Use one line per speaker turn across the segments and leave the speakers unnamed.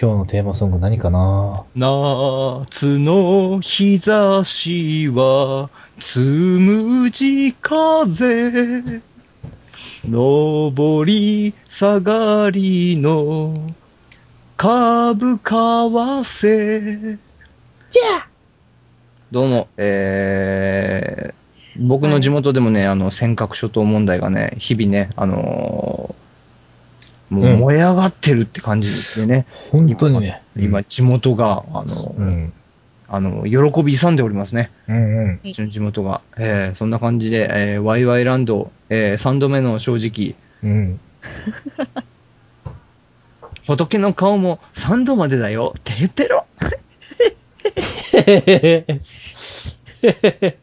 今日のテーマソング何かな
夏の日差しは、つむじ風。上り下がりの、株為せ。どうも、えー、僕の地元でもね、あの、尖閣諸島問題がね、日々ね、あのーも
う
うん燃え上がってるって感じですよね。
本当にね。
今、地元が、あの、
うん。
あの、喜び勇んでおりますね。
うんうん。
うちの地元が。えー、そんな感じで、えー、ワイワイランド、えー、3度目の正直、
うん。
仏の顔も3度までだよ、てへぺろ。
へへへへ。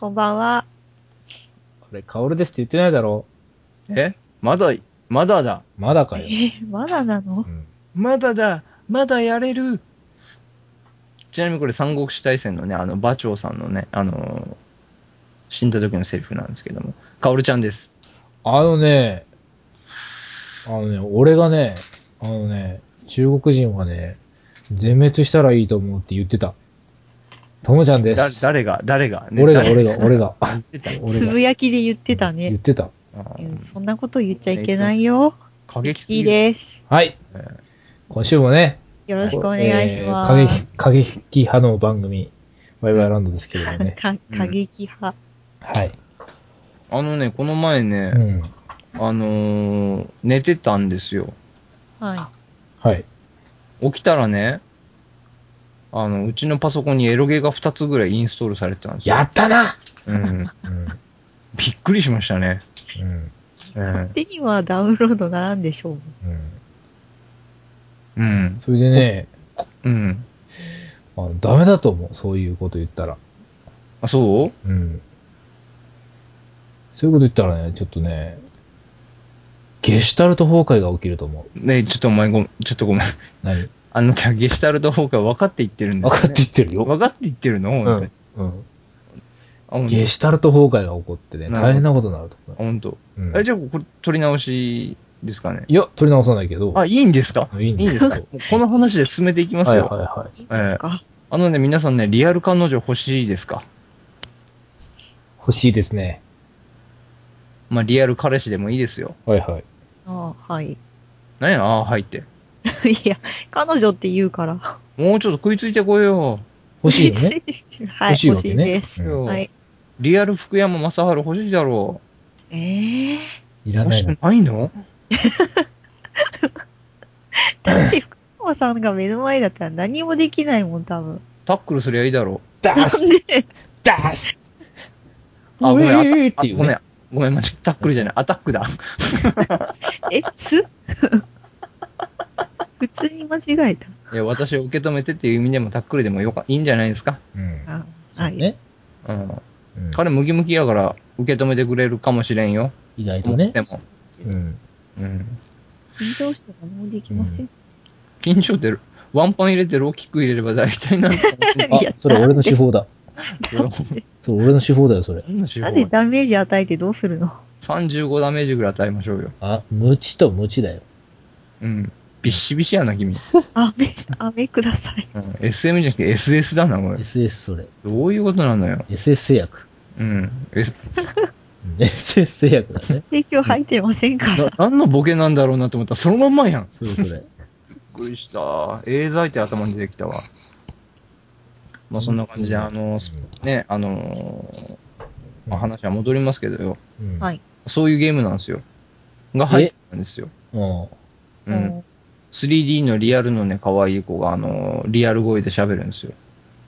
こんばんは。
これ、カオルですって言ってないだろ
えまだ、まだだ。
まだかよ。
え、まだなの
うん
まだだ。まだやれる。ちなみにこれ、三国志大戦のね、あの、馬長さんのね、あのー死んだ時のセリフなんですけども、かおるちゃんです。
あのね、あのね、俺がね、あのね、中国人はね、全滅したらいいと思うって言ってた。ともちゃんで
だ
す。
誰が、誰が、
俺が、
誰
俺が、俺が。
言ってた
俺
つぶ
が。
やきで言ってた
言っ
ね。
てた。
あー
うんそんなこと言っちゃいけないよ。
過激す
い
ぎ
い
る。
です。
はい
えー。
今週もね、
よろしくお願いしま
えー過
す
激。、過激派の番組、ワイワイランドですけれどもね。
か過激派。
はい。
あのね、この前ね、
うん。
あのー寝てたんですよ。
はい。
はい。
起きたらね、あの、うちのパソコンにエロゲが2つぐらいインストールされてたんですよ。
やったな
うん。
うん。
びっくりしましたね。
うん。
うん。
手にはダウンロードならんでしょう。
うん。
うん。
それでね、
うん。
あのダメだと思う。そういうこと言ったら。
あ、そう
うん。そういうこと言ったらね、ちょっとね、ゲシュタルト崩壊が起きると思う。
ねえちょっとお前ごめん、ちょっとごめん。
何
あなた、ゲシュタルト崩壊分かって言ってるんで
分
す
かって
ね。
言ってるよ。
分かって言ってるの
う
本
ん。うん。
当に。
ゲシュタルト崩壊が起こってね、
なるほど
大変なことになると思
あ、本当。
う。うん
え、じゃあ、これ、取り直しですかね。
いや、取り直さないけど、
あ、いいんですか
いいん
いいん
ですけ
です
ど
かもう この話で進めていきます
はい
よ。
はいはい。
いいですか
あのね、皆さんね、リアル彼女欲しいですか
欲しいですね。
まあ、リアル彼氏でもいいですよ。
はいはい。
ああはい。い
何や、ああ、入って。
や、彼女って言うから。
もうちょっと食いついてこいよ。
欲しいよね。。
はい、
欲しいわ
欲し
け
い
ね。
です。
うん
はい。
リアル福山雅治欲しいだろ。
ええ
いうら
欲
な
し
いの
く。ないの
だって福山さんが目の前だったら何もできないもん、多分。
タックルすりゃいいだろ
ダ
なんで
スダス
う。あ、ごめん、あ
ーって
あ
いう
ごめ
ね。
ん、ごめん、間違えタックルじゃない、アタックだ。
え、す 普通に間違えた。
いや、私を受け止めてっていう意味でもタックルでもよかいいんじゃないですか。
うん。
あ
そ
は
う
い。
ね。
うん。
うん
彼ムキムキやから受け止めてくれるかもしれんよ。
意外と
思っ
ね
て。も。
うん。
うん。
緊張して何もできません。
緊張出る。ワンパン入れてローキック入れれば大 体なんとかなる
あ
いや、
それ俺の手法だ。
ど
それ俺の手法だよ、それ。
んな手
なんで
法
ダメージ与えてどうするの
?35 ダメージぐらい与えましょうよ。
あ、無知と無知だよ。
うん。ビッシビシやな、君。
あ、め、あ、めください。
うん、SM じゃなくて SS だな、これ。
SS それ。
どういうことなのよ。
SS 製薬。
うん。え、
うん SS 製薬だね。
提供入ってませんから。
な、何のボケなんだろうなと思ったら、そのまんまやん。
それそれ。
びっくりした。エーザイって頭に出てきたわ。まあそんな感じで、あの、すね、あのーまあ話は戻りますけどよ。
うん。
はい
そういうゲームなんですよ。が入ってたんですよ。
うん。
う
うん
ん。3D のリアルのね、可愛い子が、あのーリアル声で喋るんですよ。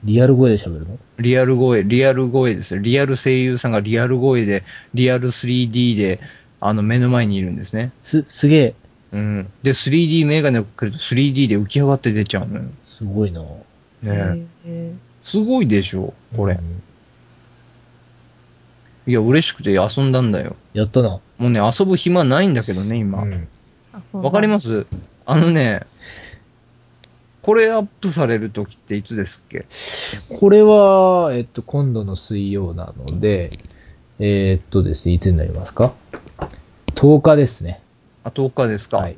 リアル声で喋るの
リアル声、リアル声ですよ。リアル声優さんがリアル声で、リアル 3D で、あの、目の前にいるんですね。
す、すげえ。
うん。で、3D メガネをかけると 3D で浮き上がって出ちゃうのよ。
すごいな
ね
え
すごいでしょ、これ
う。ん
いや、嬉しくて遊んだんだよ。
やったな。
もうね、遊ぶ暇ないんだけどね、今
う。ん。
ーあそう
わかり
す
ますあのね、これアップされるときっていつですっけ
これは、えっと、今度の水曜なので、えーっとですね、いつになりますか ?10 日ですね。
あ、10日ですか。
はい。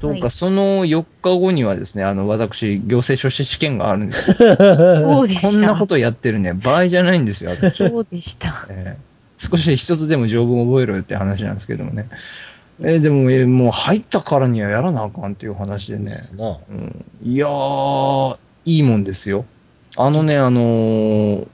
そう
は
か、
い
その4日後にはですね、あの、私、行政書士試験があるんですよ。
そうでした。
こんなことやってるね、場合じゃないんですよ、私
そうでした。
えー少し一つでも条文覚えろよって話なんですけどもね。えーでも、えーもう入ったからにはやらなあかんっていう話でね。
な
うんいやー、いいもんですよ。あのね、あのー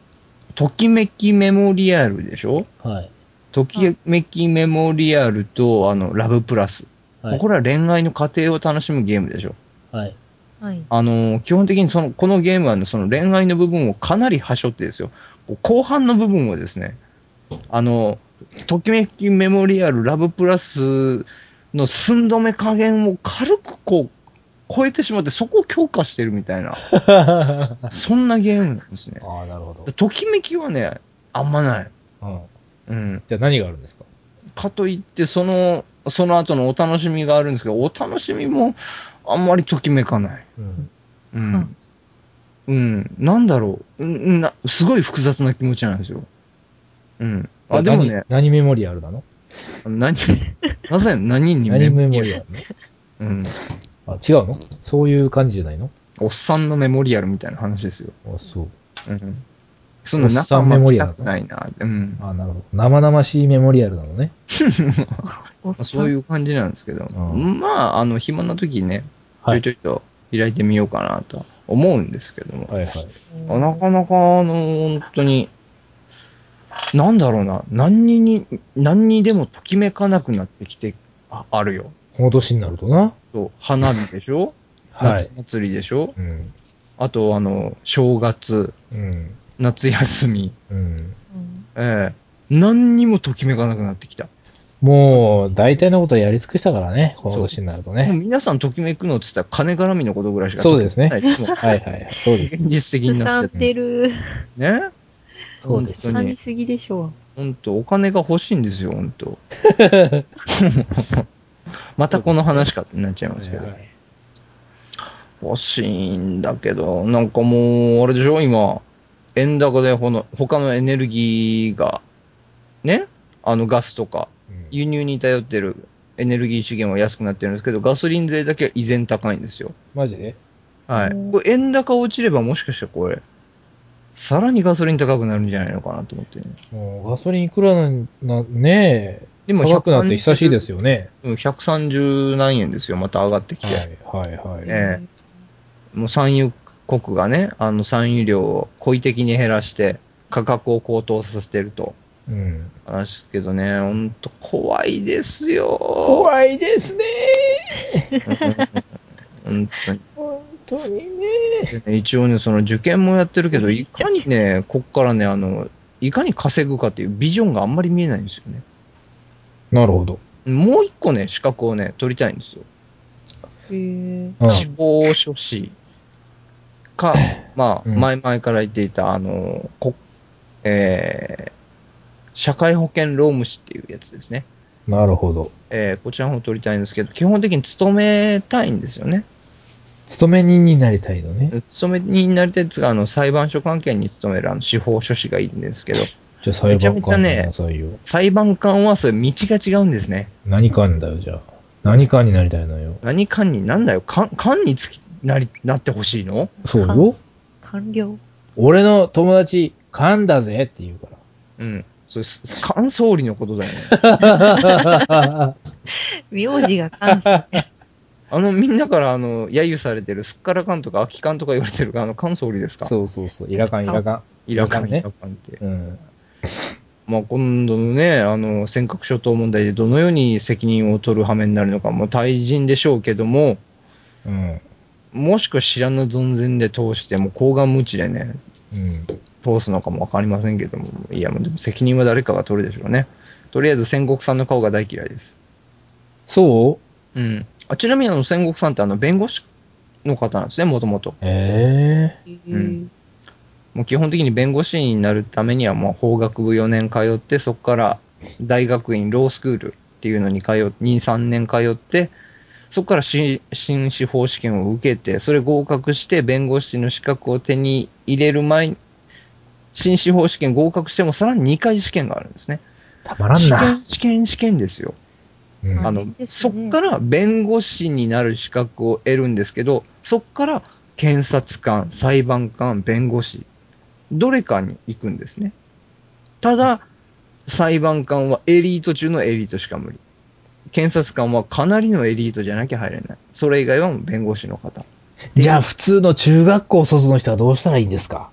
ときめきメモリアルでしょ
はい。
ときめきメモリアルと、あの、ラブプラス。
はい。
これは恋愛の過程を楽しむゲームでしょ。
はい。
はい。
あのー基本的にその、このゲームはね、その恋愛の部分をかなり端折ってですよ。こう後半の部分をですね、あのーときめきメモリアル、ラブプラスの寸止め加減を軽くこう、超えてしまって、そこを強化してるみたいな。
あ
そんなゲームなんですね。
あ、なるほ ど。
ときめきはね、あんまない。
うん。
うん。
じゃあ何があるんですか
かといって、その、その後のお楽しみがあるんですけど、お楽しみもあんまりときめかない。
うん。
うん。うん。なんだろう。うんな、すごい複雑な気持ちなんですよ。うん。あ、でもね、
何。何メモリアルなの
何、 なぜ何に
何メモ
リ
リアルな
アルうん。
のあ、違うのそういう感じじゃないの
おっさんのメモリアルみたいな話ですよ。
あ、そう。
うん。そんな
おっさ
仲
んメ
間
モ
も
リアル
たくないな。うん。
あなるほど。生々しいメモリアルなのね。
おっさん
そういう感じなんですけど、
うん
まあ、あの、暇な時にね、ち
は
ょ
い
いち。ょいと開いてみようかなとは思うんですけども、
はいはい。
なかなか、あの、本当に、なんだろうな、何にに、何にでもときめかなくなってきて、ああるよ。
この年になるとな。
そう花火でしょ
は
夏
い。
祭りでしょ、
うん。
あと、あの、正月、
うん。
夏休み、
うん。
うん
ええ何にもときめかなくなってきた。
もう、大体のことはやり尽くしたからね。この年になると
もう
ね。
皆さんときめくのって言ったら金絡みのことぐらいしか
そうですね
はいもう
はいはい。そうです。
現実的
す
に
さ
なっ
ん
て
でる。
る。ね
そうです。
本
す
当
さ
に
みすぎでしょ
本当、お金が欲しいんですよ、本 当。 またこの話かってなっちゃいますけど。欲しいんだけど、なんかもう、あれでしょ、今、円高でこの他のエネルギーが、ね、あのガスとか、輸入に頼ってるエネルギー資源は安くなってるんですけど、ガソリン税だけは依然高いんですよ。
マジで
はい。
うん
これ円高落ちればもしかしてこれ、さらにガソリン高くなるんじゃないのかなと思ってね。
もう、ガソリンいくらなんな、ねえ。
で
高くなって久しい
す
ですよね。
うん、130何円ですよ、また上がってきて。
はい、はい、
う。
はい。
えもう産油国がね、あの産油量を故意的に減らして、価格を高騰させてると
うん。
話ですけどね、ほんと怖いですよ。
いですね。
本当に
本当にね。
でね一応ね、その受験もやってるけど、いかにね、こっからね、あの、いかに稼ぐかっていうビジョンがあんまり見えないんですよね。
なるほど。
もう一個ね、資格をね、取りたいんですよ。
へー
うん。
死亡書士 か、まあ、
うん
前々から言っていた、あの、こえー社会保険労務士っていうやつですね。
なるほど。
えーこちらの方取りたいんですけど、基本的に勤めたいんですよね。
勤め人になりたいのね。
勤めになりたいやつが、あの、裁判所関係に勤めるあの司法書士がいいんですけど、
じゃあ裁判
めちゃ
官
め
に
ちゃね
なりなさいよ。
裁判官はそれ道が違うんですね。
何官だよ、じゃあ。何官になりたいのよ。
何官になんだよ。官官につきなりなってほしいの
そうよ
官。官僚。
俺の友達、官だぜって言うか
うん。それ、す官総理のことだよね。
ら。
名字が関西。
あの、みんなから、あの、揶揄されてる、すっからかんとか、空き缶とか言われてるが、あの、菅総理ですか
そうそうそう。イラカン、イラカ
イラカ
カ
ン、
ン
イ
ね
ラカンって。
ン。うん。
まあ、今度のね、あの、尖閣諸島問題でどのように責任を取る羽目になるのか、もう対人でしょうけども、
うん。
もしくは知らぬ存ぜんで通して、もう抗顔無知でね、
うん。
通すのかもわかりませんけども、いや、もうでも責任は誰かが取るでしょうね。とりあえず戦国さんの顔が大嫌いです。
そう
うん。あちなみにあの戦国さんってあの弁護士の方なんですね、もともと。
ええ
んもう基本的に弁護士になるためにはもう法学部4年通って、そこから大学院、ロースクールっていうのに通って、2、3年通って、そこから新新司法試験を受けて、それ合格して弁護士の資格を手に入れる前に、新司法試験合格してもさらに2回試験があるんですね。
たまらん
試
な。
験、試験、試験ですよ。
うん
あの
ですね
そっから弁護士になる資格を得るんですけど、そっから検察官、裁判官、弁護士、どれかに行くんですね。ただ、裁判官はエリート中のエリートしか無理。検察官はかなりのエリートじゃなきゃ入れない。それ以外はもう弁護士の方。
じゃあ普通の中学校卒の人はどうしたらいいんですか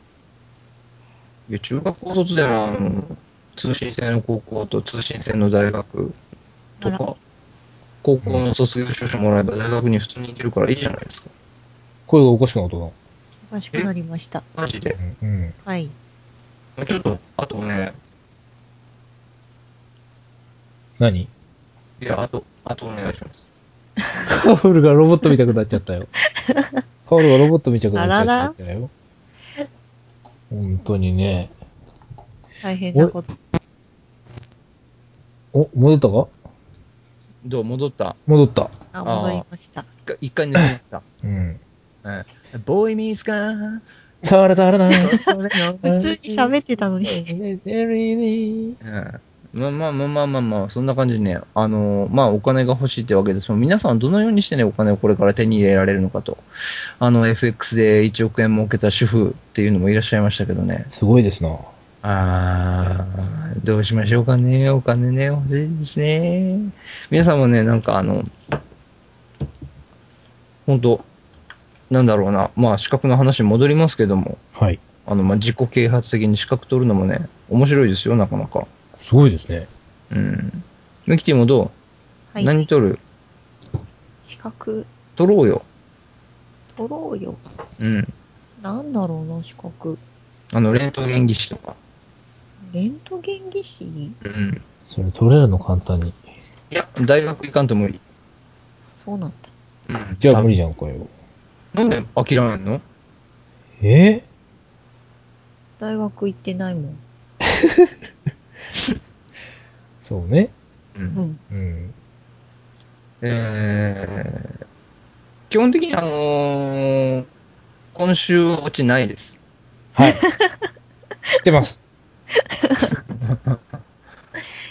いや、中学校卒だよな、あの通信制の高校と通信制の大学と
あら
か、高校の卒業証書もらえば大学に普通に行けるからいいじゃないですか。
声がおかしくなったな。
おかしくなりました。
マジで。
うん。うん
はい。
ちょっと、あとね、
何
いや、あと、あとお願いします。
カオルがロボット見たくなっちゃった よ。カオルがロボット見たくなっちゃったよ。本当にね。
大変なこと。
お、戻ったか
どう戻った
戻った。
あ、戻りました。
一回一回寝てまし
うん。
た。はいボーイミースカー
触れたらない。
普通に喋ってたのに。
うんまあまあまあまあまあまあ、そんな感じでね、あのーまあお金が欲しいってわけですも皆さんはどのようにしてね、お金をこれから手に入れられるのかと。あの、FX で1億円儲けた主婦っていうのもいらっしゃいましたけどね。
すごいですな。
あー、どうしましょうかね。お金ね、欲しいですね。皆さんもね、なんかあの、本当なんだろうな、まあ資格の話に戻りますけども、
はい。
あの、まあ自己啓発的に資格取るのもね、面白いですよ、なかなか。
すごいですね。
うん。ミキティもどう、
はい。
何取る
資格
取ろうよ。
取ろうよ。
うん。
なんだろうな、資格。
あの、レントゲン技師とか。
レントゲン技師
うん。
それ取れるの簡単に。
いや、大学行かんと無理。
そうなんだ。
うん
じゃあ無理じゃんかよ。
なんで諦めんの
え
大学行ってないもん。
そうね。
う。
うんん。
うん。
えー、基本的にあのー今週は落ちないです。
はい。知ってます。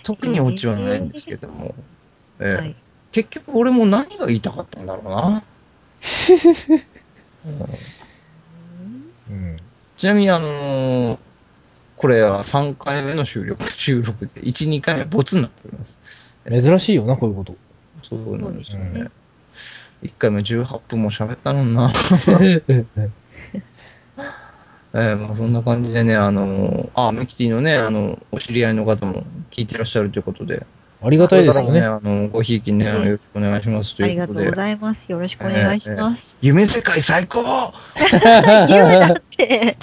特に落ちはないんですけども。えー
はい。
結局俺も何が言いたかったんだろうな。うん
うん。
ちなみにあのーこれは3回目の収録、収録で、1、2回目ボツになっております。
珍しいよな、こういう こと。
そうなんです
そ
よ
うです
ね
ね。
1回目18分も喋ったのにな。 えーまあ、そんな感じでね、あのーあ、ミキティのね、あの、お知り合いの方も聞いてらっしゃるということで、
ありがたいですよね。
これからもねあの、ごひいきね、よろしくお願いしますと
あ
い
り
う
が
ことと
う
で
ご。ざいます。よろしくお願いします。
夢世界最高
で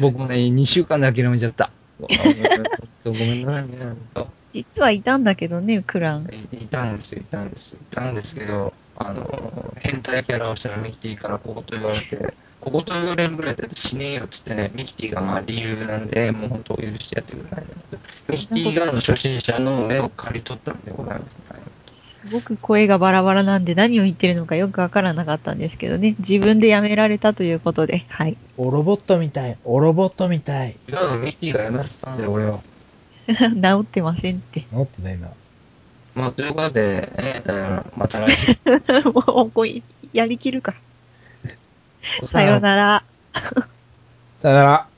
僕もね、2週 間で諦めちゃった。あのごめんなさいね。本当
実はいたんだけどね、クラン。
いたんですよ、いたんですよ、いたんですけど、あの、変態キャラをしたらミキティからここと言われて、ここと言われるぐらいだって死ねえよっつってね、ミキティがまあ理由なんで、もう本当許してやってくださいね。ミキティがあの初心者の目を刈り取ったんでございます。
すごく声がバラバラなんで何を言ってるのかよくわからなかったんですけどね。自分でやめられたということで。はい。
おロボットみたい。おロボットみたい。
違うの、ミキティがやめてたんで、俺は。
治ってませんって。
治ってないな。
まあ、ということで、ね、うんまた来週。
もう、これやりきるか。さようなら。
さよなら。